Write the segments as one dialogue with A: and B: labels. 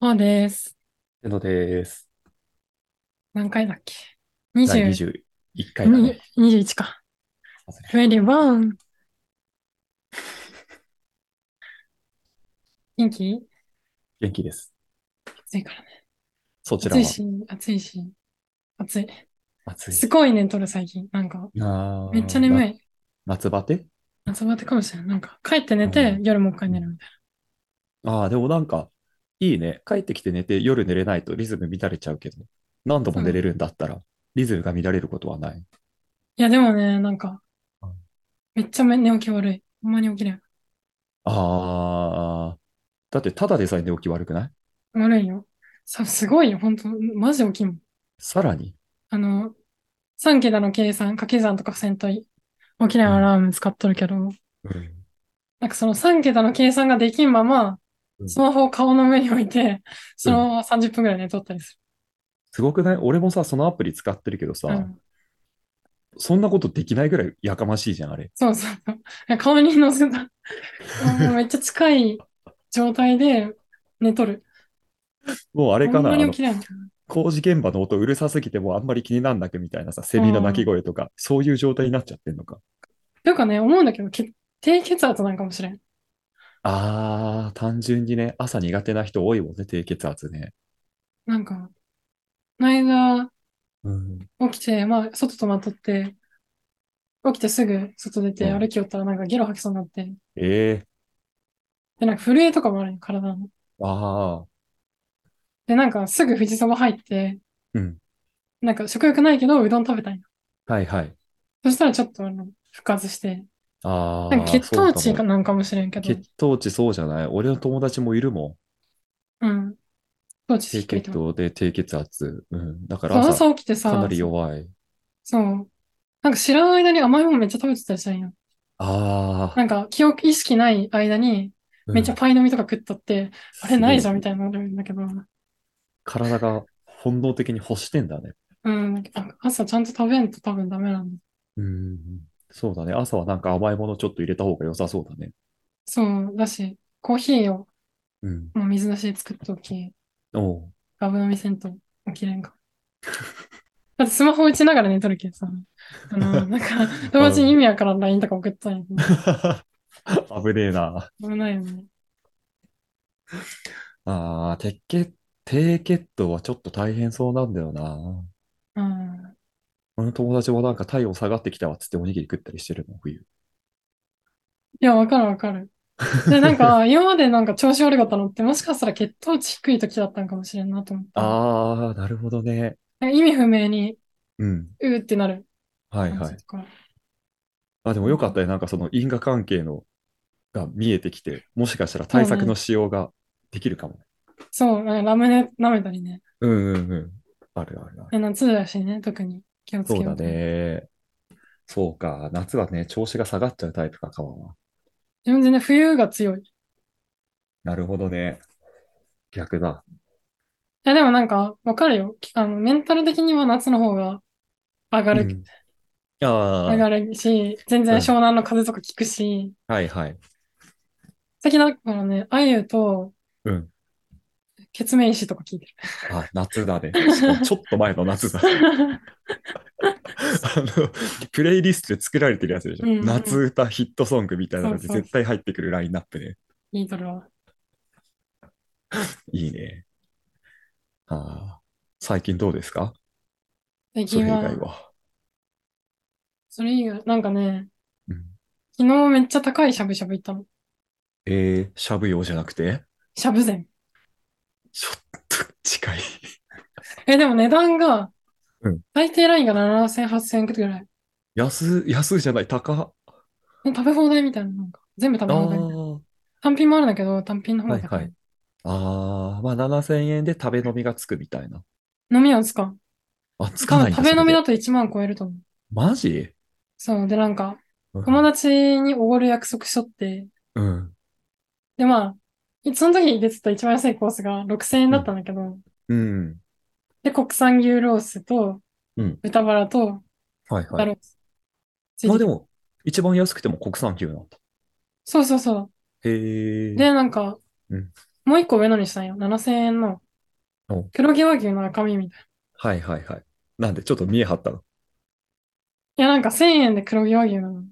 A: そうです。
B: 江戸です。
A: 何回だっけ
B: 第
A: ?20、
B: 21回だ
A: に
B: ね。
A: 21か。
B: 忘れた。
A: 21。元気
B: 元気です。
A: 暑いからね。
B: そちら
A: 暑い
B: は
A: し、暑いし、暑い。
B: 暑
A: す
B: い。
A: ごいね、撮る最近。なんか、
B: な
A: めっちゃ
B: あ、
A: 眠
B: な、
A: い。
B: 夏バテ
A: 夏バテかもしれない。なんか、帰って寝
B: う
A: て、
B: ん。
A: 夜もう一回寝るみたい
B: ああー、でもなんか、いいね。帰ってきて寝て夜寝れないとリズム乱れちゃうけど、何度も
A: な。
B: 寝
A: そう。
B: れるんだったら、リズムが乱れることはない。
A: いや、でもね、なんか、
B: あ
A: めっちゃめ寝起き悪い。ほんまに起きれん。
B: あー、だってただでさえ寝起き悪くない
A: 悪いよ。さ、すごいよ、ほんと。マジ起きんもん。
B: さらに、
A: あの、3桁の計算、掛け算とかせんとい起きれ
B: うん
A: ア
B: ん、
A: ラーム使っとるけど、
B: うん、
A: なんかその3桁の計算ができんまま、
B: う
A: ス
B: ん、
A: マホを顔の上に置いて、そ
B: うん。
A: のまま30分ぐらい寝とったりす
B: すごくない俺もさ、そのアプリ使ってるけ
A: る。
B: ど
A: う
B: さ、
A: ん。
B: そんなことできないぐらいやかましいじゃん、あれ。
A: そうそうそう。顔に乗せた、もうめっちゃ近い状態で寝とる。
B: もうあれ
A: ほ
B: か
A: んま
B: な、あ
A: に起きれ
B: の、
A: ん。
B: 工事現場の音うるさすぎてもうあんまり気になんなくみたいなさ、セ
A: う
B: ミの鳴き
A: ん。
B: 声とか、そういう状態になっちゃってんのか。
A: というかね、思うんだけど、け低血圧なんかもしれん。
B: あー、単純にね、朝苦手な人多いもんね、低血圧ね。
A: なんか、この間
B: うん、
A: 起きて、まあ、外泊まっとって、起きてすぐ外出
B: う
A: て歩
B: ん。
A: きよったらなんかゲロ吐きそうになって、
B: ええ
A: で、なんか震えとかもあるよ、体の。
B: ああ、
A: で、なんかすぐ富士そば入って、
B: うん。
A: なんか食欲ないけどうどん食べたいな。
B: はいはい。
A: そしたらちょっとあの復活して、なんか
B: ああ、
A: 血
B: そ
A: 糖
B: うか
A: 値か
B: も。
A: なんかもしれんけど、
B: 血糖値そうじゃない。俺の友達もいるもん。
A: うん、血糖値
B: 低
A: 低い
B: 血
A: と。
B: 糖で低血圧。うん。だから
A: そう、
B: 朝、
A: 朝起きて
B: かな
A: さ、
B: り
A: そう、
B: 弱い。
A: そう、なんか知らん間に甘いもんめっちゃ食べてたりしたんよ。な
B: あ
A: ん
B: あ、
A: か記憶意識ない間に、
B: う
A: めっちゃ
B: ん。
A: パイの実とか食っとって、あれ
B: す
A: な
B: ご
A: い
B: い。
A: じゃんみたいになるんだけど、
B: 体が本能的に欲してんだね。
A: うん、あ朝ちゃんと食べんと多分ダメなんだ。
B: うん。そうだね。朝はなんか甘いものちょっと入れた方が良さそうだね。
A: そう、だし、コーヒーを
B: うん。
A: もう水出しで作っとき、
B: お う。
A: ガブ飲みせんと起きれ んか。だってスマホ打ちながら寝とるけどさ、あ の、なんか、友
B: う
A: 達に意
B: ん。
A: 味わからん LINE とか送ったんやけど、
B: 危ねえな。
A: 危ないよね。
B: ああ、鉄血、低血糖はちょっと大変そうなんだよな。
A: うん。
B: 俺の友達もなんか体温下がってきたわっつっておにぎり食ったりしてるの、冬。
A: いや、わかるわかる。で、なん か、今までなんか調子悪かったのって、もしかしたら血糖値低い時だったんかもしれんなと思って。
B: ああ、なるほどね。
A: なんか意味不明に、
B: うん。
A: うーってなる
B: はい
A: 感
B: は
A: じ
B: い。
A: とか。
B: あ、でも
A: な
B: よ
A: ん
B: かっ
A: か、
B: たね。なんかその因果関係のが見えてきて、もしかしたら
A: そ
B: 対
A: う
B: 策の
A: ね。
B: しようができるかもね。
A: そう、なんかラムネ舐めたりね。
B: うんうんうん。あるあるあ
A: で
B: る。
A: 夏だしね、特に気をつ
B: そう
A: けよ
B: だ
A: うと思って。
B: ね。そうか。夏はね、調子が下がっちゃうタイプか、川は。
A: 自分全然冬が強い。い
B: なるほどね。逆だ。
A: や、でもなんか、わかるよ。きあの、メンタル的には夏の方が上が
B: う
A: る、
B: ん。
A: 上
B: あ
A: が
B: あ、
A: るし、全
B: う
A: 然湘
B: ん。
A: 南の風とか聞くし、
B: はいはい。
A: 先だからね、あゆと、
B: うん。
A: ケツメイシとか聞いてる。
B: あ、夏だね。し かもちょっと前の夏だ。 あの、プレイリストで作られてるやつでし
A: う
B: ょ。
A: んう
B: 夏
A: ん。
B: 歌ヒットソングみたいな
A: そう
B: ので
A: そう
B: 絶
A: そう。
B: 対入ってくるラインナップね。
A: いいとるわ。
B: いいね。ああ。最近どうですか
A: 最
B: そ
A: 近
B: れ以外
A: は、
B: は。
A: それ以外、なんかね、
B: うん、
A: 昨日めっちゃ高いしゃぶしゃぶ行ったの。
B: えー、しゃぶ用じゃなくて
A: しゃぶ膳。
B: ちょっと近い。
A: え、でも値段が、
B: うん。
A: 最低ラインが7000、8000円くらい。
B: 安、安じゃない、高。あ
A: ね食べ放題みたいな、なんか、全部食べ放題みたいな。
B: あ、
A: 単品もあるんだけど、単品の方
B: は
A: が
B: い
A: 高。
B: はいい。ああ、まあ7000円で食べ飲みがつくみたいな。
A: 飲みはつかん。
B: あ、つ
A: 多
B: か
A: 分
B: ないん
A: 食
B: だ、
A: べ
B: そ
A: 飲み
B: れ
A: だ
B: で。
A: と1万超えると思う。
B: マジ
A: そう。で、なんか、
B: う
A: 友
B: ん。
A: 達におごる約束しとって、
B: うん。
A: で、まあ、いその時出てた一番安いコースが6000円
B: う
A: だった
B: ん。
A: んだけど、
B: うん。
A: で、国産牛ロースと
B: うん。
A: 豚バラと
B: はいは
A: 豚
B: い。
A: ロースつい
B: まあ
A: て
B: で
A: きた。
B: も、一番安くても国産牛なんだ。
A: そうそうそ
B: へ
A: う。
B: え。
A: で、なんか、
B: うん。
A: もう一個上のにしたんよ。7000円の
B: お
A: 黒毛和牛の赤身みたい
B: はいはいはい。なんで、ちょっと見え張ったの。
A: な。いや、なんか1000円で黒毛和牛なの。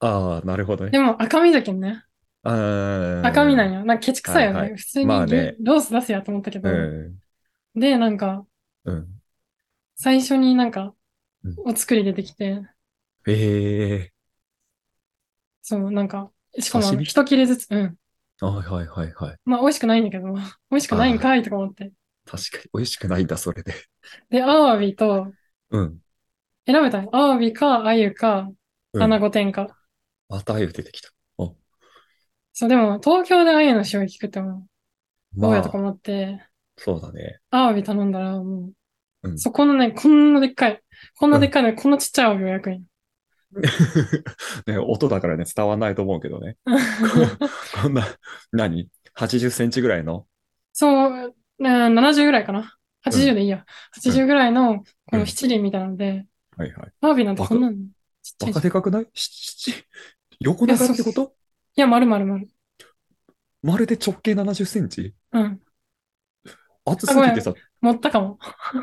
B: ああ、なるほどね。
A: でも赤身じゃけんね。赤
B: 赤
A: 身なん
B: や。
A: よ。なんかケチくさいよ
B: はいは
A: ね。普通に
B: まあね
A: 牛ロース出せやと思ったけど
B: う。ん。
A: で、なんか、
B: うん。
A: 最初になんか
B: うん、
A: お作り出てきて、
B: ええ
A: そう、なんか、しかも
B: 刺身
A: 一切れずつ、うん。
B: はいはいはいはい。
A: まあ、美味しくないんだけど、 美味しくないんかいとか思って。
B: 確かに、美味しくないんだ、それで。
A: で、アワビと、
B: うん。
A: 選べたんよアワビか、アユか、
B: うん
A: アナゴ天か。
B: また鮎出てきた。お、
A: そう、でも、東京でアユの塩聞くっても、どう
B: ま
A: や
B: あ
A: と、か思って、
B: そうだね。
A: アワビ頼んだら、も
B: う
A: う、
B: ん
A: そこのね、こんなでっかい、こんなでっかいのに、こんなちっちゃいアワビを焼くんよ。
B: ね、音だからね、伝わんないと思うけ どね。こんな、何 ?80 センチぐらいの
A: そう、な70ぐらいかな。80でいいや。80ぐらいの、こ
B: うん
A: の七輪みたいなので、
B: はいはい。
A: アワビなんてこんなのちっちゃ
B: バ
A: いじ
B: カ
A: ゃん。い
B: でかくないしし横長ってこと
A: や、丸々丸
B: まるで直径70センチ
A: 々。うん。
B: 厚すぎてさ、
A: 持ったかも。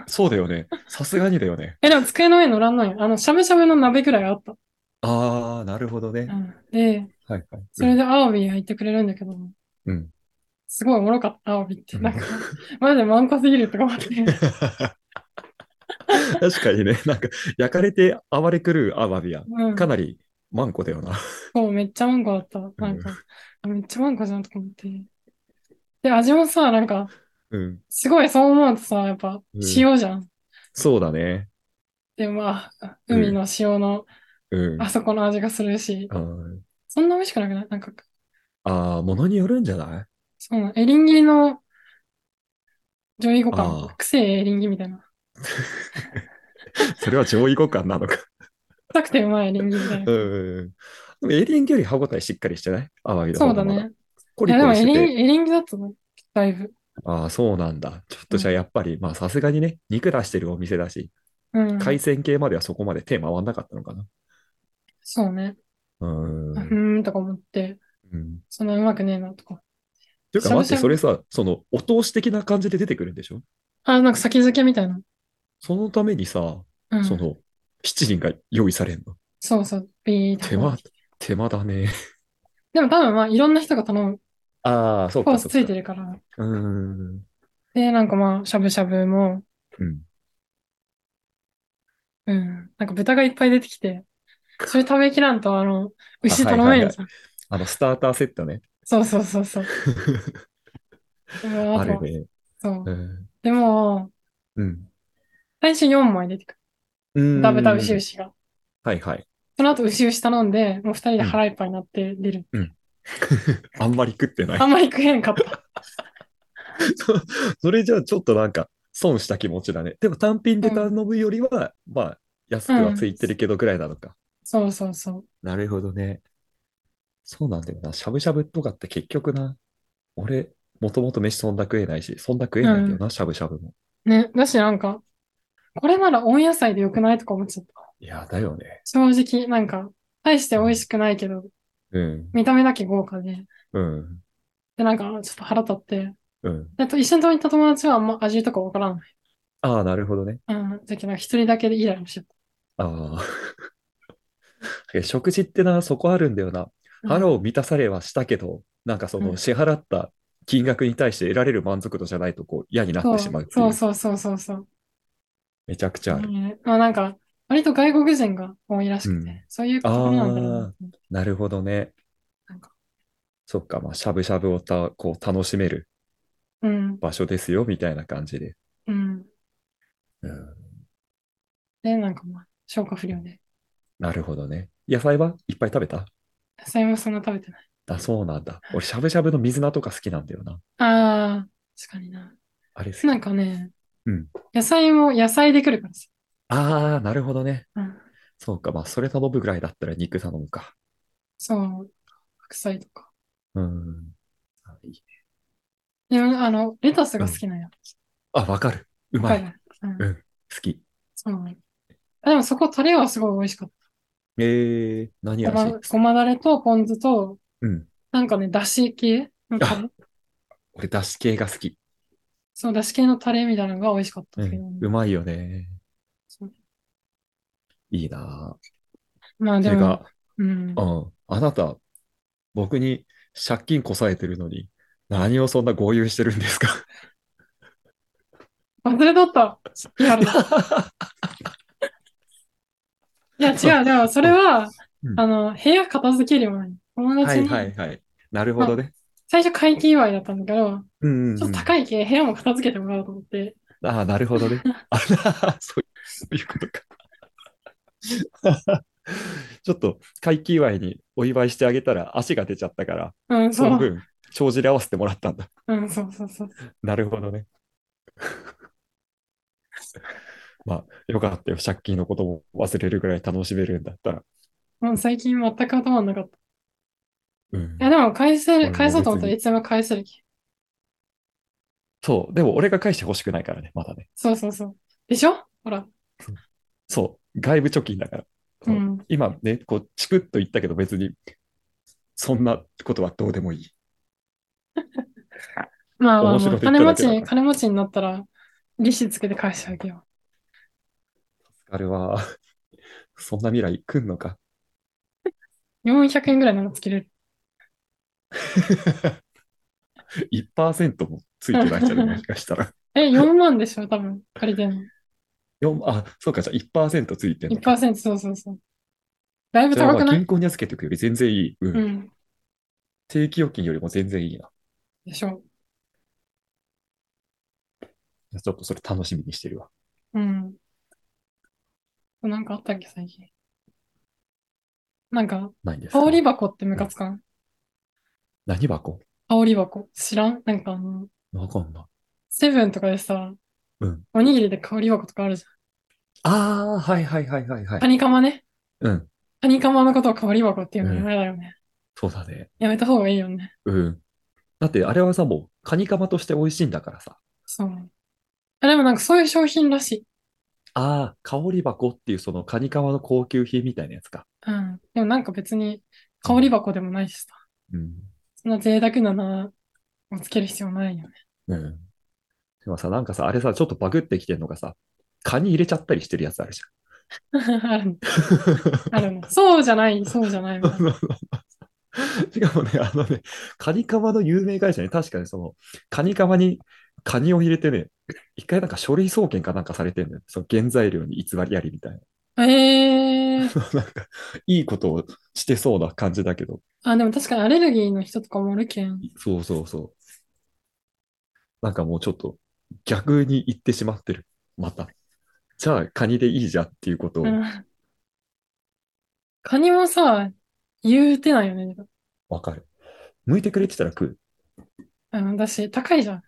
B: そうだよね。さすがにだよね。
A: え、でも机の上に乗らんのよ。あの、しゃぶしゃぶの鍋ぐらいあった。
B: ああ、なるほどね
A: う。ん。で、
B: はいはい。
A: それでアワビ焼いてくれるんだけど、
B: うん。
A: すごいおもろかった、アワビって。
B: うん
A: なんか、マジでマンコすぎるとか思 って。
B: 確かにね、なんか、焼かれて暴れ狂うアワビや。
A: うん。
B: かなりマンコだよな。
A: そう、めっちゃマンコだった。なんか、めっちゃマンコじゃんとか思って。で、味もさ、なんか、
B: うん。
A: すごいそう思うとさ、やっぱ、
B: うん
A: 塩じゃん。
B: そうだね。
A: で、まあ、
B: うん
A: 海の塩の、
B: うん。
A: あそこの味がするし、
B: あ
A: そんな美味しくなくないなんか、
B: あー、ものによるんじゃない
A: そうなのエリンギの、上位互換
B: あー、
A: くせえエリンギみたいな。
B: それは上位互換なのか。
A: 臭くてうまいエリンギみたい な。
B: うん。でもエリンギより歯ごたえしっかりしてないアワビの
A: そ
B: 方
A: うだ
B: がま。
A: ね。
B: コ
A: い
B: リ
A: や、で
B: コ
A: も
B: リ
A: エ
B: し
A: リ
B: て
A: ン
B: て。
A: エリンギだとね、だいぶ。
B: ああ、そうなんだ。ちょっとじゃあやっぱり、まあさすがにね、肉出してるお店だし、
A: うん。
B: 海鮮系まではそこまで手回んなかったのかな。
A: そうね。
B: うん。
A: う
B: うん。
A: ーん、とか思って、そんなうまくねえなとか。
B: ていうか待って、
A: しゃぶしゃぶ
B: それさ、その、お通し的な感じで出てくるんでしょ
A: あ、なんか先付けみたいな。
B: そのためにさ、
A: うん。
B: その、七輪が用意されんの。
A: そうそう。ビーって
B: 手間、手間だね。
A: でも多分まあ、いろんな人が頼む
B: ああ、そう
A: コ
B: か。
A: ー
B: そ
A: ス
B: う
A: ついて
B: か
A: るから。
B: うーん。
A: で、なんかまあ、しゃぶしゃぶも、
B: うん。
A: うん。なんか豚がいっぱい出てきて、それ食べきらんと、あの、牛頼めんじゃん。
B: あの、スターターセットね。
A: そうそうそう そう。うわ
B: あ
A: あと
B: るね。
A: そう。
B: うん。
A: でも、
B: うん。
A: 最初4枚出てく
B: うー
A: る。
B: ん
A: ダブダブ牛牛が。
B: はいはい。
A: その後牛牛頼んで、もう2人で腹いっぱいになって出る。
B: あんまり食ってない
A: あ。んまり食えんかった。
B: それじゃあちょっとなんか、損した気持ちだね。でも単品で頼むよりは、まあ、安くはついてるけどぐらいなのか。
A: そうそうそう。
B: なるほどね。そうなんだよな。しゃぶしゃぶとかって結局な、俺、もともと飯そんな食えないし、そんな食えないんだよな、しゃぶしゃぶも。
A: ね、だしなんか、これなら温野菜でよくないとか思っちゃった。
B: いや、だよね。
A: 正直、なんか、大して美味しくないけど、
B: うん、
A: 見た目だけ豪華で。
B: うん、
A: で、なんか、ちょっと腹立って。
B: うん。
A: あと、一緒に行った友達はあんま味とかわからない。
B: ああ、なるほどね。
A: うん。だけど、なんか一人だけでイライラしちゃっ
B: ああ。 いや食事ってな、そこあるんだよな。
A: た。
B: 腹を満たされはしたけど、なんかその
A: うん
B: 支払った金額に対して得られる満足度じゃないとこう嫌になってしまうってい
A: そうう。そうそうそうそう。
B: めちゃくちゃある。
A: ねまあなんか、割と外国人が多いらしく
B: うん
A: て、そういうことなんだろうなって。
B: なるほどね
A: なんか。
B: そっか、まあ、しゃぶしゃぶをた、こう、楽しめる
A: うん、
B: 場所ですよ、みたいな感じで。
A: うん。
B: うん、
A: で、なんかまあ、消化不良で。
B: なるほどね。野菜はいっぱい食べた
A: 野菜もそんな食べてない。
B: あ、そうなんだ。俺、しゃぶしゃぶの水菜とか好きなんだよな。
A: ああ、確かにな。
B: あれ好き。
A: なんかね、
B: うん
A: 野菜も野菜で来るからさ。
B: ああ、なるほどね。
A: うん、
B: そうか、まあ、それ頼むぐらいだったら肉頼むか。
A: そう、白菜とか。
B: うん。あいいね
A: でも、あの、レタスが好きなんや。
B: あ、わかる。う
A: わ
B: ま
A: か
B: い。
A: る。うん
B: うん、好き。
A: そう。あでもそこ、タレはすごい美味しかっ
B: えー、何
A: た。ごま
B: 味
A: ごまだれとポン酢と、
B: うん。
A: なんかね、だし系のタレ
B: 俺、だし系が好き。
A: そう、だし系のタレみたいなのが美味しかった
B: う
A: けど
B: ん。うまいよね。
A: そう
B: いいな
A: まあ
B: ぁ。て
A: でも、
B: か、
A: うん
B: う。ん。あなた、僕に借金こさえてるのに、何をそんな豪遊してるんです か
A: 忘れとった。いや、い や違う、でもそれは
B: う、ん
A: あの、部屋片付けるように、友
B: は
A: 達
B: い
A: に、
B: はいはい。なるほどね。
A: 最初会期祝いだったんだけど、
B: うんうんうん。
A: ちょっと高い系、部屋も片付けてもらおうと思って、
B: ああ、なるほどね。あそうそういうことか。 ちょっと、会期祝いにお祝いしてあげたら足が出ちゃったから、
A: うん、
B: そ
A: そ
B: の
A: う、
B: 分、帳尻合わせてもらったんだ。
A: うん、そうそうそう。
B: なるほどね。まあ、よかったよ。借金のことも忘れるぐらい楽しめるんだったら。
A: もう最近全く頭になかった。
B: うん
A: いや、でも返せ
B: 俺
A: る、
B: も
A: 返そうと思ったら
B: 別
A: いつでも返せる気。
B: そう。でも、俺が返してほしくないからね、まだね。
A: そうそうそう。でしょほら。
B: そう。外部貯金だから。
A: う。
B: そうん今ね、こう、チクッと言ったけど、別に、そんなことはどうでもいい。
A: まあまあ
B: 面
A: ま
B: 白
A: あ、
B: いって言っ
A: 金
B: た
A: 持
B: だけだ
A: ち、
B: から
A: 金持ちになったら、利子つけて返してあげよ
B: あれは、そんな未来来んのか。
A: う。400円ぐらいならつけれる。
B: 1%もついてないじゃない、もしかしたら。
A: え、4万でしょ多分、借りてんの。
B: 4あ、そうか、じゃあ1%ついてるのか。
A: 1%、そうそうそう。だいぶ
B: じゃ
A: 高
B: あま
A: く
B: あ
A: ない
B: 銀行に預けていくより全然いい。うん。
A: うん。
B: 定期預金よりも全然いいな。
A: でしょ
B: ちょっとそれ楽しみにしてるわ。
A: うん。なんかあったっけ、最近。なんか、
B: ないんですか
A: 香り箱ってムカつかん
B: 何箱
A: 香り箱。知らんなんかあの、
B: わかんない。
A: セブンとかでさ
B: うん、
A: おにぎりで香り箱とかあるじ
B: ああ、はいはいはいはいは
A: ゃん。
B: い。
A: カニカマね。
B: うん。
A: カニカマのことを香り箱っていうの
B: うん
A: 嫌だよね。
B: そうだね。
A: やめた方がいいよね。
B: うん。だってあれはさ、もう、カニカマとして美味しいんだからさ。
A: そう。あ、でもなんかそういう商品らしい。
B: ああ、香り箱っていうそのカニカマの高級品みたいなやつか。
A: うん。でもなんか別に香り箱でもないしさ。
B: うん。
A: そんな贅沢な名をつける必要ないよね。
B: うん。でもさ、なんかさ、あれさ、ちょっとバグってきてんのがさ、カニ入れちゃったりしてるやつあるじ
A: あるの
B: ゃ
A: あるの。そうじゃない、そうじゃないみたいな。
B: ん。しかもね、あのね、カニカマの有名会社に、確かにその、カニカマにカニを入れてね、一回なんか書類送検かなんかされてんのよ。その原材料に偽りありみたい
A: ええー。
B: な。なんか、いいことをしてそうな感じだけど。
A: あ、でも確かにアレルギーの人とかもおるけん。
B: そうそうそう。なんかもうちょっと、逆に言ってしまってる。また。じゃあ、カニでいいじゃんっていうことを。
A: うんカニもさ、言うてないよね。
B: わかる。向いてくれてたら食う。
A: うん、だし、高いじゃん。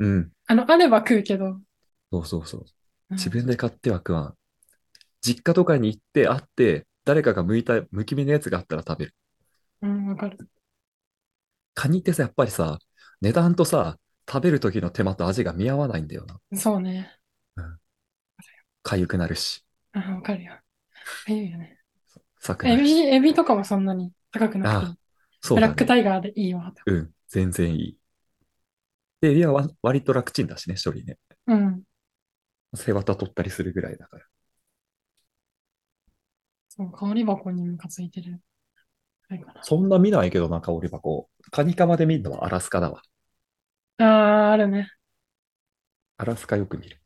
B: うん。
A: あの、あれば食うけど。うん
B: そうそうそう。自分で買っては食わん。実家とかに行って会って、誰かが剥いた、剥き目のやつがあったら食べる。
A: うん、わかる。
B: カニってさ、やっぱりさ、値段とさ、食べる時の手間と味が見合わないんだよな。
A: そうね。
B: 痒くなるし。
A: あ、わかるよ。いいよね。
B: さくな
A: エ
B: るし。
A: ビ、エビとかもそんなに高くなくていい。
B: そう
A: ブ
B: だ
A: ラック
B: ね。
A: タイガーでいいわ。
B: うん。全然いい。で、エビはわ割と楽ちんだしね、処理ね。
A: うん。
B: 背わた取ったりするぐらいだから。
A: そう、香り箱にムカついてる。あれかな。
B: そんな見ないけどな、香り箱。カニカマで見るのはアラスカだわ。
A: あー、あるね。
B: アラスカよく見る。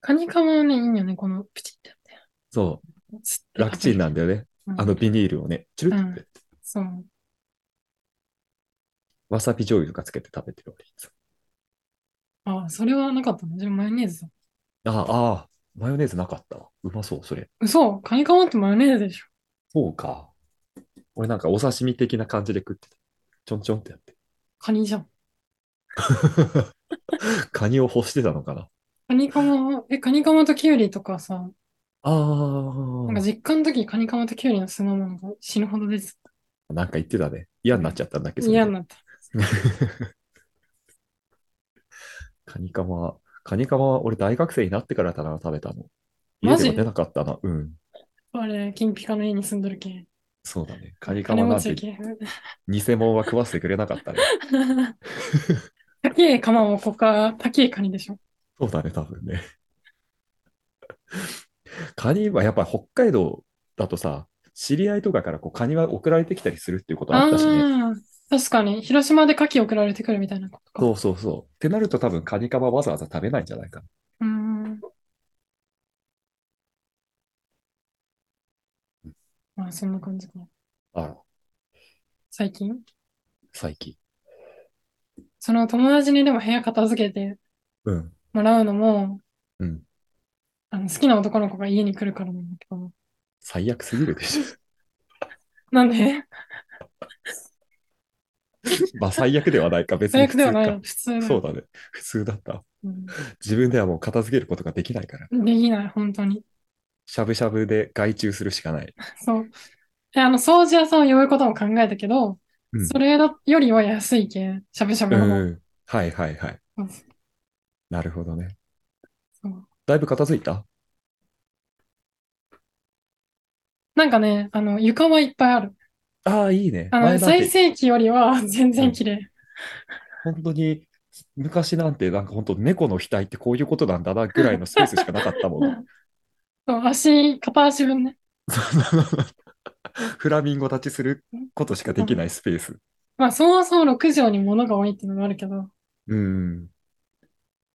A: カニカマはね、いいんよね。この、プチってやって。
B: そう。
A: つって
B: 楽ちんなんだよね。
A: うん
B: あのビニールをね、チュルって、
A: うんそう。
B: わさび醤油とかつけて食べてる俺いつも
A: あー、それはなかったの。じゃあマヨネーズだ。
B: ああ、ああ、マヨネーズなかったわ。うまそう、それ。
A: 嘘、カニカマってマヨネーズでしょ。
B: そうか。俺なんかお刺身的な感じで食ってた。ちょんちょんってやって。
A: カニじゃん。
B: カニを干してたのかな。
A: カニカマは、え、カニカマとキュウリとかさ、
B: あ
A: なんか
B: あ、
A: 実家の時カニカマとキュウリの酢の物が死ぬほどです。
B: なんか言ってたね。嫌になっちゃったんだっけど。
A: 嫌になった。
B: カニカマ、カニカマは俺大学生になってからだな、食べたの。
A: マ
B: 家
A: ジ
B: では出なかったな。うん。
A: あれ、金ピカの家に住んどるけん。
B: そうだね。カニカ
A: 金
B: マ
A: 持
B: なん
A: ち
B: て
A: やけん。
B: 偽物は食わせてくれなかったね。
A: 高 高い釜もこか、高いカニでしょ。
B: そうだね、多分ね。カニはやっぱ北海道だとさ、知り合いとかからこうカニは送られてきたりするっていうことあったしね。
A: ああ、確かに。広島で牡蠣送られてくるみたいなことか。
B: そうそうそう。ってなると多分カニカマわざわざ食べないんじゃないかな。
A: うーん。まあ、そんな感じかな。
B: あら、
A: 最近
B: 最近。
A: その友達にでも部屋片付けて
B: うん。
A: もらうのも、
B: うん。
A: あの好きな男の子が家に来るからなんだけど。
B: 最悪すぎるでしょ。
A: なんで
B: まあ最悪ではないか、別に
A: 最悪
B: 普通
A: ではない
B: か
A: の。。普通だよ
B: そうだね。普通だった。
A: う
B: 自分ではもう片付けることができないから。
A: ん。できない、本当に。
B: しゃぶしゃぶで外注するしかない。
A: そう。であの、掃除屋さんを呼ぶことも考えたけど、
B: うん
A: それだよりは安いけん、しゃぶしゃぶの方が。
B: うん。はいはいはい
A: うん。
B: なるほどね。
A: そう
B: だいぶ片付いた
A: なんかね、あの、床はいっぱいある。
B: ああ、いいね。
A: あ
B: 前
A: の、
B: なん
A: 最
B: て、
A: 盛期よりは全然綺麗。
B: 本当に、昔なんて、なんか本当猫の額ってこういうことなんだな、ぐらいのスペースしかなかったもの。
A: そう、足、片足分ね。
B: フラミンゴ立ちすることしかできないスペース。
A: まあ、そもそも6畳に物が多いっていうのがあるけど、
B: うん。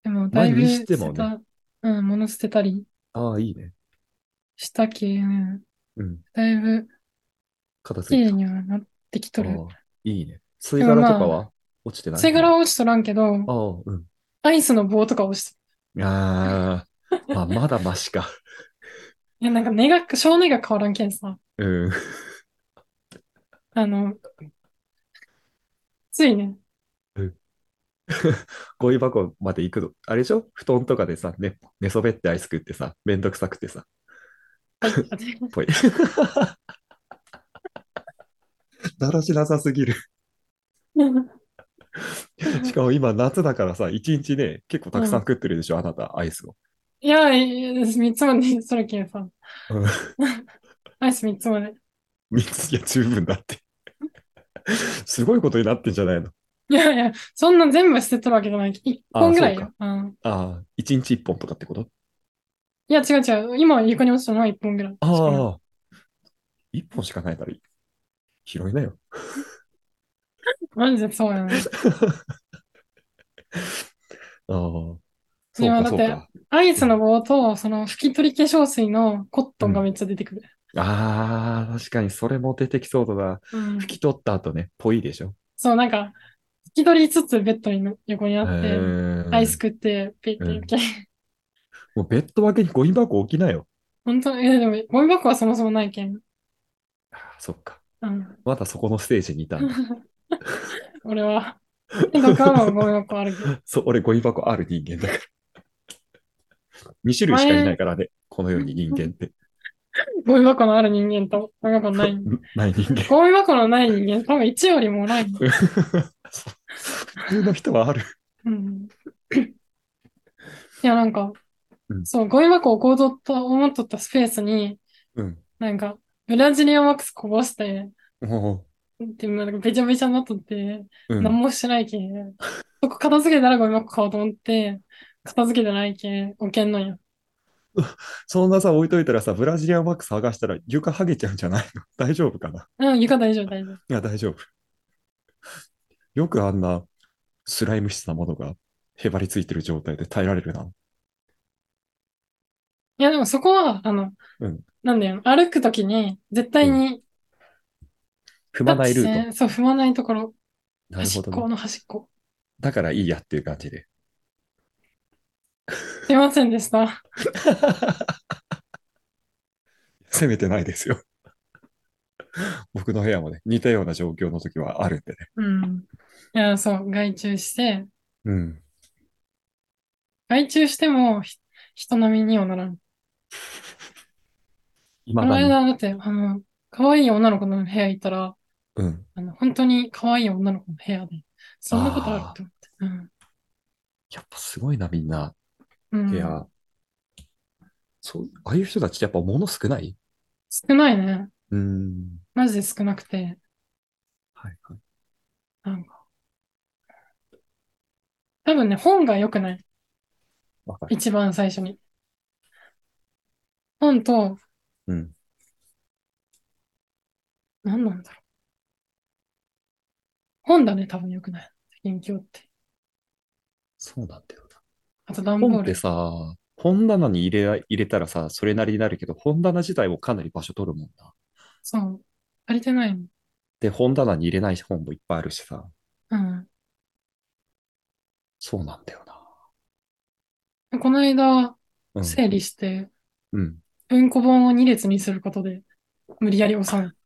A: でも、だいぶ
B: まあに
A: 捨
B: し
A: て
B: てもね
A: た、うん、物捨てたり
B: ああ、いいね。
A: したけ、ね、
B: うん。
A: だいぶ
B: 片
A: 綺
B: 付い
A: 麗
B: た。
A: にはなってきとる。
B: ああいいね。吸い殻とか
A: でも
B: は落ちてない
A: 吸い殻は落ちとらんけど、
B: ああ、うん。
A: アイスの棒とか落ちて
B: ああ、まあ、まだマシか。
A: いや、なんか根が、小根が変わらんけんさ。
B: うん。
A: あの、ついね。
B: ゴミ箱まで行くの。あれでしょ布団とかでさ、ね、寝そべってアイス食ってさ、めんどくさくてさ、
A: はい
B: ぽい。だらしなさすぎる。 しかも今夏だからさ、一日ね、結構たくさん食ってるでしょ、あなた、アイスを。
A: いや、3つまで、それけんさ
B: うん。
A: アイス3つまで。
B: 三つ、いや、十分だって。 すごいことになってんじゃないの
A: いやいや、そんな全部捨てとるわけじゃない。1本ぐらいよ。うん
B: ああ、一日一本とかってこと
A: いや、違う違う。今床に落ちたのは1本ぐらい。
B: ああ、一本しかないなら拾いなよ。
A: マジでそうやね。
B: ああ、そ
A: いうやだ
B: か、
A: っ
B: そう
A: て
B: か。
A: アイスの棒と、その拭き取り化粧水のコットンがめっちゃ出てくる。
B: ああ、確かにそれも出てきそうだな。
A: うん
B: 拭き取った後ね、ぽいでしょ。
A: そう、なんか、拭き取りつつベッドに横にあっ
B: う
A: て、
B: ーん
A: アイス食って、ピッてピッて。
B: もうベッド脇にゴミ箱置きなよ。
A: 本当え、でも、ゴミ箱はそもそもないけん。
B: ああそっか。
A: うん。
B: まだそこのステージにいたんだ。
A: 俺は。僕はもうゴミ箱あるけど。
B: そう、俺ゴミ箱ある人間だから。2種類しかいないからね、この世に人間って。
A: ゴミ箱のある人間と、ゴミ箱のない。
B: ない人間。
A: ゴミ箱のない人間、多分1よりもない。
B: そう 普通の人はある。
A: うん。いや、なんか
B: う、ん
A: そう、ゴミ箱を置こうと思っとったスペースに、
B: うん。
A: なんか、ブラジリアンワックスこぼして、
B: も
A: で、なんかべちゃべちゃになっとって、
B: う、うん
A: 何もしてないけん。そこ片付けたらゴミ箱買おうと思って、片付けてないけん、置けんのよ。
B: そんなさ、置いといたらさ、ブラジリアンワックス剥がしたら床剥げちゃうんじゃない の大丈夫かな
A: うん、床大丈夫、大丈夫。
B: いや、大丈夫。よくあんなスライム質なものがへばりついてる状態で耐えられるな。
A: いや、でもそこは、あの
B: うん、
A: なんだよ、歩くときに、絶対に、
B: 踏まないル
A: タッチ
B: ー
A: せんそう、踏まないところ、
B: ト。なる
A: 端
B: ほ
A: っ
B: ど
A: こ
B: ね。
A: の端っこ。
B: だからいいやっていう感じで。
A: すいませんでした。
B: 責めてないですよ。僕の部屋もね、似たような状況の時はあるんでね。
A: うん。いや、そう、外注して、
B: うん。
A: 外注しても、ひ人並みにはならん。こ
B: 今
A: の
B: だに。
A: 間、だって、あの、可愛い女の子の部屋行ったら、
B: うん。
A: あの、本当に可愛い女の子の部屋で、そんなことあると思って。
B: やっぱすごいな、みんな。
A: うん。うん
B: 部屋。そう、ああいう人たちってやっぱ物少ない
A: 少ないね。
B: うん。
A: マジで少なくて。
B: はいはい。
A: 多分ね、本が良くない。
B: わかる。
A: 一番最初に。本と、
B: うん。
A: 何なんだろう。本だね、多分良くない。勉強って。
B: そうなんだよな。
A: あと段ボ
B: 本
A: ー
B: って
A: ル。
B: さ、本棚に入れ入れたらさ、それなりになるけど、本棚自体もかなり場所取るもんな。
A: そう。足りてないの。
B: で、本棚に入れない本もいっぱいあるしさ、
A: うん。
B: そうなんだよな。
A: でこの間、
B: うん。
A: 整理して、
B: うん。
A: 文庫本を2列にすることで、無理やり収める。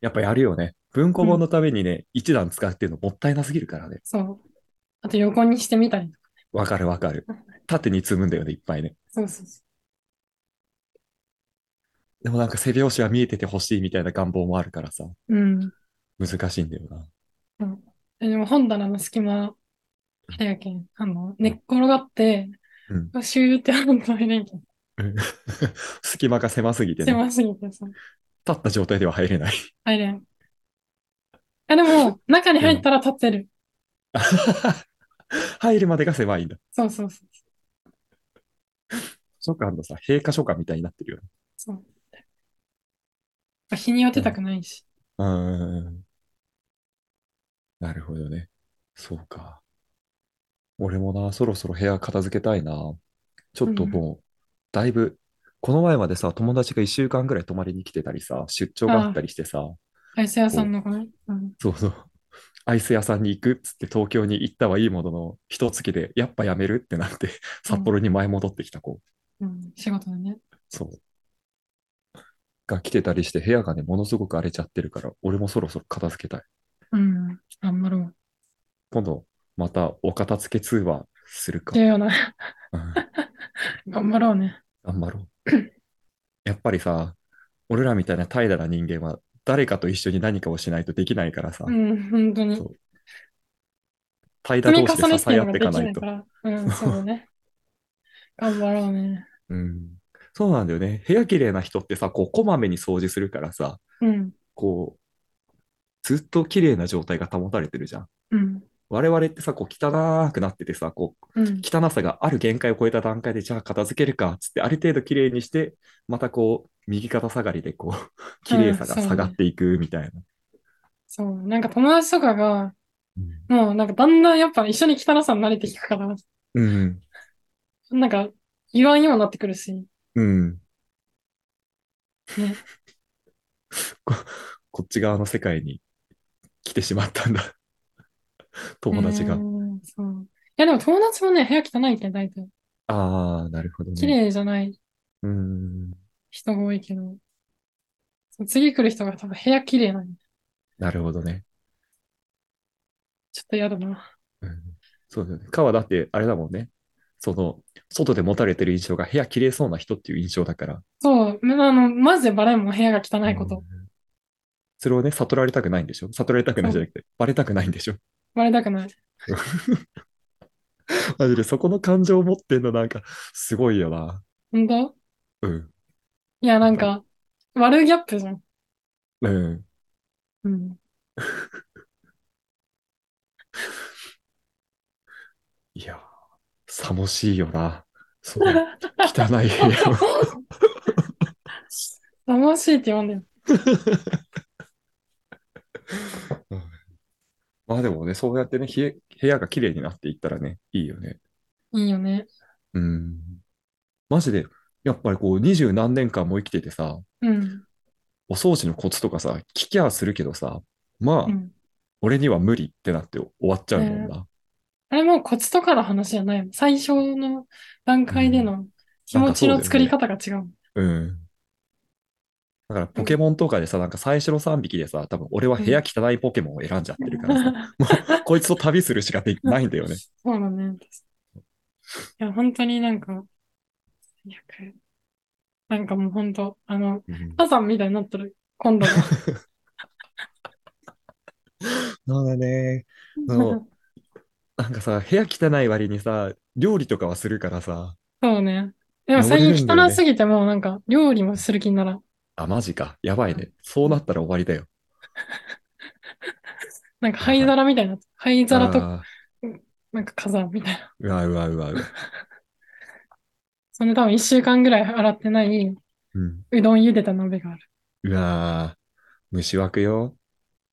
B: やっぱやるよね。文庫本のためにね、一段使ってるのもったいなすぎるからね。
A: そう。あと横にしてみたりとか。
B: わかるわかる。縦に積むんだよね、いっぱいね。
A: そうそうそ
B: でもなんか背表紙は見えててほしいみたいな願望もあるからさ、
A: う。うん。
B: 難しいんだよな。
A: えでも本棚の隙間、あれやけん、あの、寝っ転がって、
B: う
A: シューって本当に入れんけん。
B: 隙間が狭すぎてね、
A: 狭すぎてさ、
B: 立った状態では入れない。
A: 入れん。あ、でも、中に入ったら立ってる。
B: 入るまでが狭いんだ。
A: そうそうそう。
B: 図書館のさ、閉館書館みたいになってるよね。
A: そう。日に当てたくないし。
B: うーん。なるほどね。そうか。俺もな、そろそろ部屋片付けたいな。ちょっともう、だいぶ、この前までさ、友達が1週間ぐらい泊まりに来てたりさ、出張があったりしてさ、
A: アイス屋さんのこれ。うん。
B: そうそう。アイス屋さんに行くっつって東京に行ったはいいものの、一月でやっぱやめるってなって、札幌に前戻ってきた子、
A: うん。仕事でね。
B: そう。が来てたりして、部屋がね、ものすごく荒れちゃってるから、俺もそろそろ片付けたい。
A: うん。頑張ろう。
B: 今度、またお片付け通話するか
A: 重。要な。
B: うん
A: 頑張ろうね。
B: 頑張ろう。やっぱりさ、俺らみたいな怠惰な人間は、誰かと一緒に何かをしないとできないからさ、
A: うん。本当に
B: そ。う怠惰
A: 積み
B: 同士
A: 重
B: で
A: ね
B: 支
A: て
B: え
A: る
B: 合
A: のが
B: ってい
A: で
B: か
A: き
B: な
A: ない
B: いと
A: か。ら。うん、そうだ ね。頑張ろうね。
B: うん、そうなんだよね。部屋綺麗な人ってさ、こう、こまめに掃除するからさ、
A: うん。
B: こう、ずっと綺麗な状態が保たれてるじゃん。
A: うん。
B: 我々ってさ、こう、汚くなっててさ、こう、
A: うん。
B: 汚さがある限界を超えた段階で、じゃあ片付けるか、つって、ある程度綺麗にして、またこう、右肩下がりで、こう、綺麗さが下がっていくみたいな。
A: そう。なんか友達とかが、
B: うん
A: もうなんかだんだんやっぱ一緒に汚さに慣れてきたから、
B: うん。
A: なんか言わんようになってくるし、
B: うん。
A: ね。
B: こ、こっち側の世界に来てしまった んだ。友達が
A: う。んそう。いやでも友達もね、部屋汚いけど大体。
B: ああ、なるほどね。
A: 綺麗じゃない
B: うん。
A: 人が多いけど、そう次来る人が多分部屋綺麗なんで、
B: なるほどね。
A: ちょっと嫌だな。
B: うんそうだよね。かはだって、あれだもんね。その、外で持たれてる印象が部屋綺麗そうな人っていう印象だから。
A: そう、あの、マジでバレんもん、部屋が汚いこ
B: う
A: と
B: ん。。それをね、悟られたくないんでしょ悟られたくないじゃなくて、バレたくないんでしょ
A: バレたくない。
B: マジで、そこの感情を持ってんのなんか、すごいよな。
A: 本当
B: うん。
A: いや、なんか、悪いギャップじゃん。
B: うん。
A: うん。
B: いやー、寂しいよな。そ の、汚い部屋を。
A: 楽しいって呼んでる。
B: まあでもね、そうやってね、ひえ部屋が綺麗になっていったらね、いいよね。
A: いいよね。
B: うん。マジで、やっぱりこう、二十何年間も生きててさ、
A: うん。
B: お掃除のコツとかさ、聞きゃするけどさ、まあ、
A: うん。
B: 俺には無理ってなって終わっちゃうもんな。
A: あれもうコツとかの話じゃないもん。最初の段階での気持ち
B: な
A: の
B: んかそう
A: 作
B: だよ
A: り
B: ね
A: 方が違うもん。
B: うん。だから、ポケモンとかでさ、なんか最初の3匹でさ、多分俺は部屋汚いポケモンを選んじゃってるからさ、もうこいつと旅するしか できないんだよね。
A: そうだね。いや、本当になんか、最悪なんかもう本当、あの、
B: うん
A: 火山みたいになってる。今度は。
B: そうだね。そうなんかさ、部屋汚い割にさ、料理とかはするからさ、
A: そうね。でも
B: 汚れ
A: 最
B: るんだよね
A: 近汚すぎてもうなんか料理もする気にならん。
B: あ、マジか。やばいね。そうなったら終わりだよ。
A: なんか灰皿みたいになって、灰皿と
B: あー
A: なんか火山みたいな。
B: うわうわうわうわ。
A: その多分一週間ぐらい洗ってないう
B: うん。
A: どん茹でた鍋がある。
B: うわー虫湧くよ。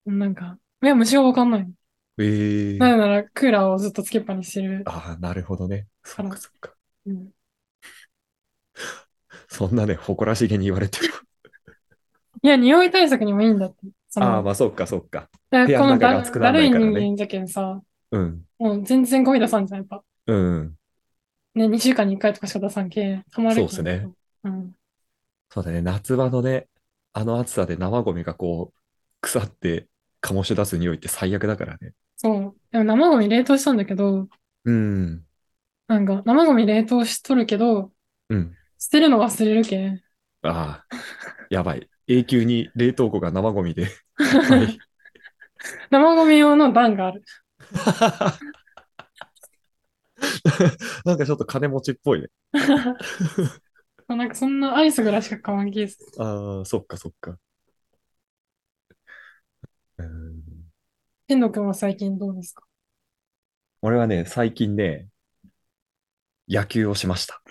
A: なんか、いや、虫はわかんない。
B: ええ
A: なぜならクーラーをずっとつけっぱにしてる。
B: ああ、なるほどね。そっかそっか。
A: うん
B: そんなね、誇らしげに言われてる。
A: いや、匂い対策にもいいんだって。そ
B: ああ、
A: の、
B: まあそっかそっか。
A: だからこの
B: 部屋の中が
A: だ
B: 熱くな
A: だる
B: らないいからね
A: 人間じゃけんさ、
B: うん。
A: もう全然ゴミ出さんじゃん、やっぱ。
B: うん。
A: ね、2週間に1回とかしか出さんけ、たまるけん
B: そうっすね。
A: うん。
B: そうだね、夏場のね、あの暑さで生ゴミがこう、腐って醸し出す匂いって最悪だからね。
A: そう。でも生ゴミ冷凍したんだけど、
B: うん。
A: なんか、生ゴミ冷凍しとるけど、
B: うん。
A: 捨てるの忘れるけん。
B: ああ、やばい。永久に冷凍庫が生ゴミで。はい。
A: 生ゴミ用の段がある。
B: なんかちょっと金持ちっぽいね。
A: なんかそんなアイスぐらいしか買わんけえす。
B: ああ、そっかそっか。うん
A: 天童くんは最近どうですか
B: 俺はね、最近ね、野球をしました。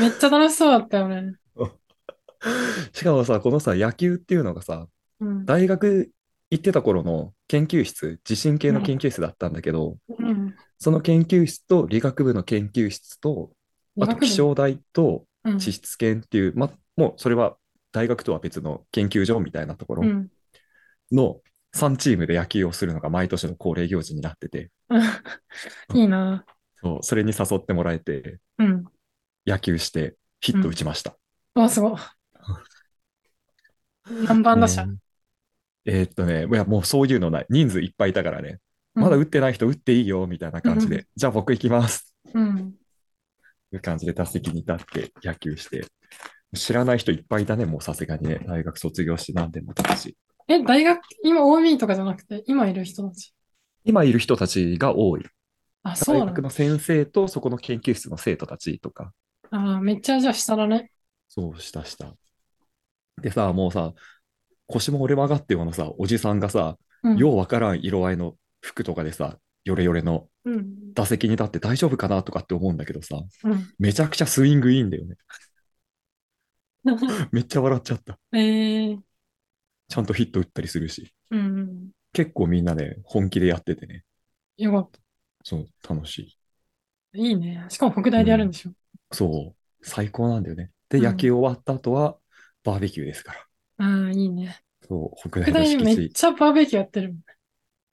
A: めっちゃ楽しそうだったよね。
B: しかもさ、このさ、野球っていうのがさ、
A: うん。
B: 大学行ってた頃の研究室、地震系の研究室だったんだけど、
A: うん。
B: その研究室と理学部の研究室と、あと気象台と
A: うん
B: 地質研っていう、ま、もうそれは大学とは別の研究所みたいなとこ
A: う
B: ろ
A: ん。
B: の3チームで野球をするのが毎年の恒例行事になってて、
A: いいな。
B: そうそれに誘ってもらえて、
A: うん。
B: 野球してヒット打ちました。
A: お、す ごい。何番打者
B: ねえーっとね、いやもうそういうのない。人数いっぱいいたからね、まだ打
A: う
B: ってない人打っていいよみたいな感じ
A: う
B: で、じゃあ僕行きます。
A: ん。
B: いう感じで打席に立って野球して、知らない人いっぱいいたね、もうさすがにね、大学卒業して何年も経つし。
A: え、大学、今 OB とかじゃなくて、今いる人たち。
B: 今いる人たちが多い。
A: あ、そう
B: 大
A: な
B: 学
A: の
B: の先生とそこの研究室の生徒たちとか、
A: あー、めっちゃじゃあ下だね。
B: そうしたした。でさ、もうさ、腰も折れ曲がってようなさ、おじさんがさ、
A: うん。
B: ようわからん色合いの服とかでさ、ヨレヨレの
A: うん。
B: 打席に立って大丈夫かなとかって思うんだけどさ、
A: うん。
B: めちゃくちゃスイングいいんだよね。めっちゃ笑っちゃった。
A: えー、
B: ちゃんとヒット打ったりするし、
A: うん。
B: 結構みんなね、本気でやっててね。
A: よかった。
B: そう、楽しい。
A: いいね。しかも北大でやるんでしょ。
B: そう、最高なんだよね。で、
A: うん
B: 野球終わった後は、バーベキューですから。
A: ああ、いいね。
B: そう、北大
A: 北
B: の
A: 大め
B: 敷
A: っ
B: 地。
A: ちゃバーベキューやってるもん。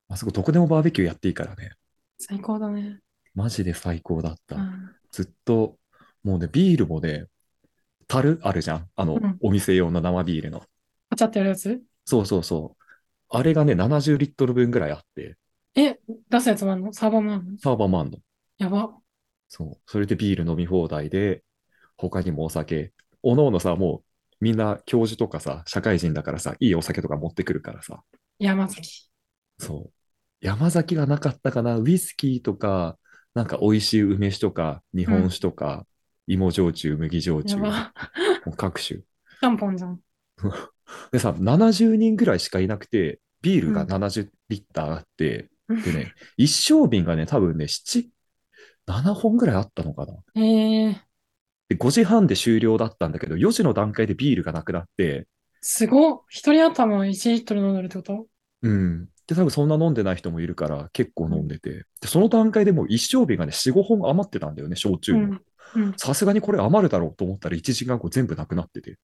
B: あそこ、どこでもバーベキューやっていいからね。
A: 最高だね。
B: マジで最高だった。
A: うん。
B: ずっと、もうね、ビールもね、樽あるじゃん。あの、
A: うん
B: お店用の生ビールの。
A: パチャってやるやつ
B: そうそうそう。あれがね、70リットル分ぐらいあって、
A: え、出すやつもあるのサーバーもあるの
B: サーバーマンの。
A: やば。
B: そう。それでビール飲み放題で、他にもお酒。おのおのさ、もう、みんな教授とかさ、社会人だからさ、いいお酒とか持ってくるからさ。
A: 山崎。
B: そう。山崎がなかったかな、ウイスキーとか、なんか美味しい梅酒とか、日本酒とか、芋焼酎、麦焼
A: や
B: 酎、も
A: ば。
B: う各種。
A: ちゃんぽんじゃん。
B: でさ、70人ぐらいしかいなくて、ビールが70リッターあって、でね、一升瓶がね、多分ね、7、7本ぐらいあったのかな。
A: えー、
B: で、5時半で終了だったんだけど、4時の段階でビールがなくなって、
A: すごっ。一人頭1リットル飲んでるってこと
B: うん。で、多分そんな飲んでない人もいるから、結構飲んでて、でその段階でもう一升瓶がね、4、5本余ってたんだよね、焼酎
A: う
B: の。
A: ん。うん。
B: さすがにこれ余るだろうと思ったら1時間後全部なくなってて。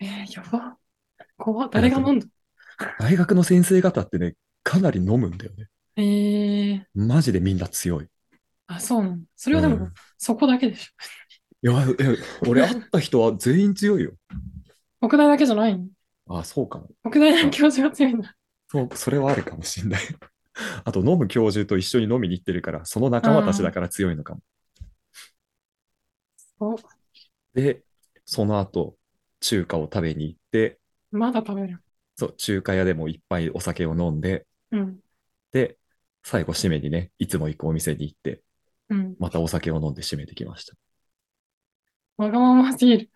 A: えー、やば。怖っ。誰が飲んだ
B: 大学の先生方ってね、かなり飲むんだよね。
A: えー、
B: マジでみんな強い。
A: あ、そうなんだ。それはで
B: う
A: も
B: ん、
A: そこだけでし
B: いや、え俺会った人は全員強いよ。
A: ょ。北大だけじゃないの
B: あ、そうかも。
A: 北大の教授が強いんだ。
B: そう、それはあるかもしんない。 あと、飲む教授と一緒に飲みに行ってるから、その仲間たちだから強いのかも。
A: お、
B: で、その後、中華を食べに行って、
A: まだ食べる。
B: そう、中華屋でもいっぱいお酒を飲んで、
A: うん。
B: で、最後、締めにね、いつも行くお店に行って、
A: うん。
B: またお酒を飲んで締めてきました。
A: わがまますぎる。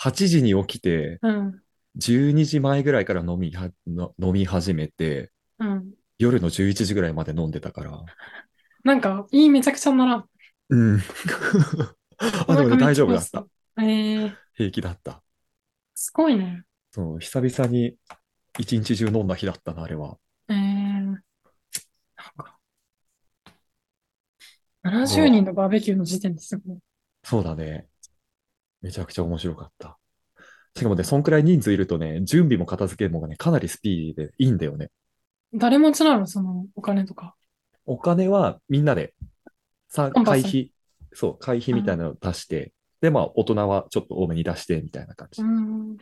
B: 8時に起きて、
A: うん。
B: 12時前ぐらいから飲みはの飲み始めて、
A: うん。
B: 夜の11時ぐらいまで飲んでたから。
A: なんか、いいめちゃくちゃならん。
B: うん。 あ、で
A: お腹め
B: もね、
A: っちゃ
B: 大丈夫だっ
A: す
B: た。。
A: ええ
B: 平気だった。
A: すごいね。
B: そう、久々に一日中飲んだ日だったな、あれは。
A: ええなんか、70人のバーベキューの時点ですごい。
B: そうだね。めちゃくちゃ面白かった。しかもね、そんくらい人数いるとね、準備も片付けるのがね、かなりスピーディーでいいんだよね。
A: 誰持ちなのその、お金とか。
B: お金はみんなで、さ、
A: コンパス
B: 会費、そう、会費みたいなのを出して、で、まあ、大人はちょっと多めに出して、みたいな感じ
A: う。ん。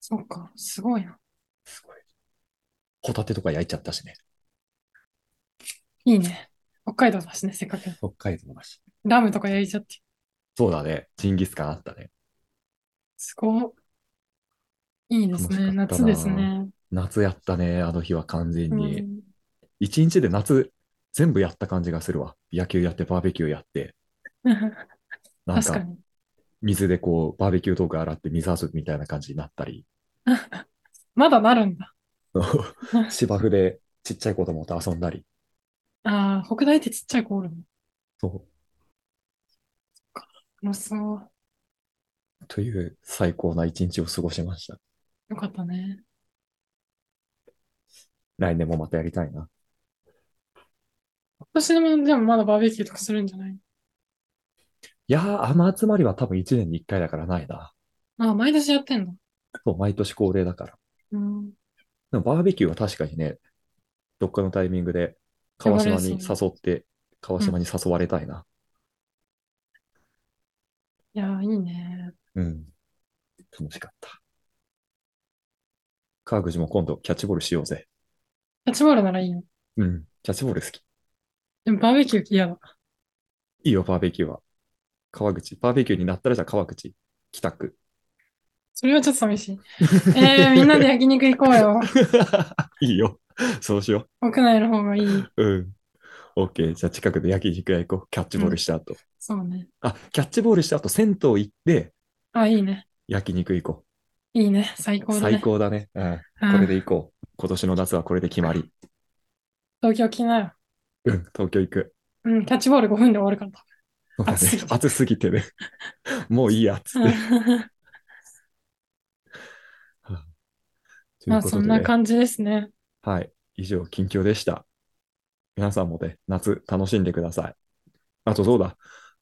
A: そっか、すごいな。
B: すごい。ホタテとか焼いちゃったしね。
A: いいね。北海道だしね、せっかく。
B: 北海道だし。
A: ラムとか焼いちゃって。
B: そうだね。ジンギスカンあったね。
A: すごい。いいですね。
B: 楽しかった
A: 夏
B: な
A: ですね。
B: 夏やったね、あの日は完全
A: う
B: に。
A: ん。
B: 一日で夏、全部やった感じがするわ。野球やって、バーベキューやって、なん
A: 確か
B: か
A: に。
B: 水でこう、バーベキュー道具洗って水遊びみたいな感じになった り、
A: まだなるんだ。
B: 芝生でちっちゃい子供と遊んだり。
A: ああ、北大ってちっちゃい子おるの。
B: そ
A: 楽しそう。
B: う。という最高な一日を過ごしました。
A: よかったね。
B: 来年もまたやりたいな。
A: 今年も、でもまだバーベキューとかするんじゃない
B: いやー、雨集まりは多分1年に1回だからないな。
A: ああ、毎年やってんの。
B: そう、毎年恒例だから。
A: うん。
B: でもバーベキューは確かにね、どっかのタイミングで川島に誘って、川島に誘われたいな。
A: いやー、いいね。
B: うん。楽しかった。川口も今度キャッチボールしようぜ。
A: キャッチボールならいいよ。
B: うん。キャッチボール好き。
A: でもバーベキュー嫌だ。
B: いいよ、バーベキューは。川口。バーベキューになったらじゃあ川口。北区。
A: それはちょっと寂しい。えー、みんなで焼肉行こうよ。
B: いいよ。そうしよ
A: 屋内の方がいい。
B: う。うん。OK。じゃあ近くで焼肉屋行こう。キャッチボールした後。
A: そうね。
B: あ、キャッチボールした後、銭湯行って
A: あ、いいね。
B: 焼肉行こ
A: いいね。最
B: う。
A: 高だ
B: 最
A: ね。
B: 高だね。う
A: う
B: ん。
A: ん
B: これで行こう。今年の夏はこれで決まり。
A: 東京来なよ。
B: うん、東京行く。
A: うん、キャッチボール5分で終わるから多
B: そうだね
A: 暑すぎて
B: 暑すぎてね。 もういい や、つっ
A: 分。
B: て。
A: うん
B: とい
A: ま
B: う
A: あ、
B: こ
A: そ
B: と
A: ん
B: で、
A: な感じですね。
B: はい。以上、近況でした。皆さんもね、夏楽しんでください。あと、そうだ。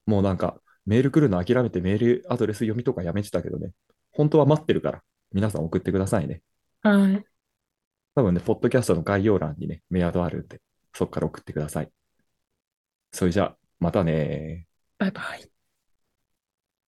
B: もうなんか、メール来るの諦めてメールアドレス読みとかやめてたけどね。本当は待ってるから、皆さん送ってくださいね。
A: はい。
B: 多分ね、ポッドキャストの概要欄にね、メアドあるんで、そっから送ってください。それじゃあ、またねー。
A: バイバイ。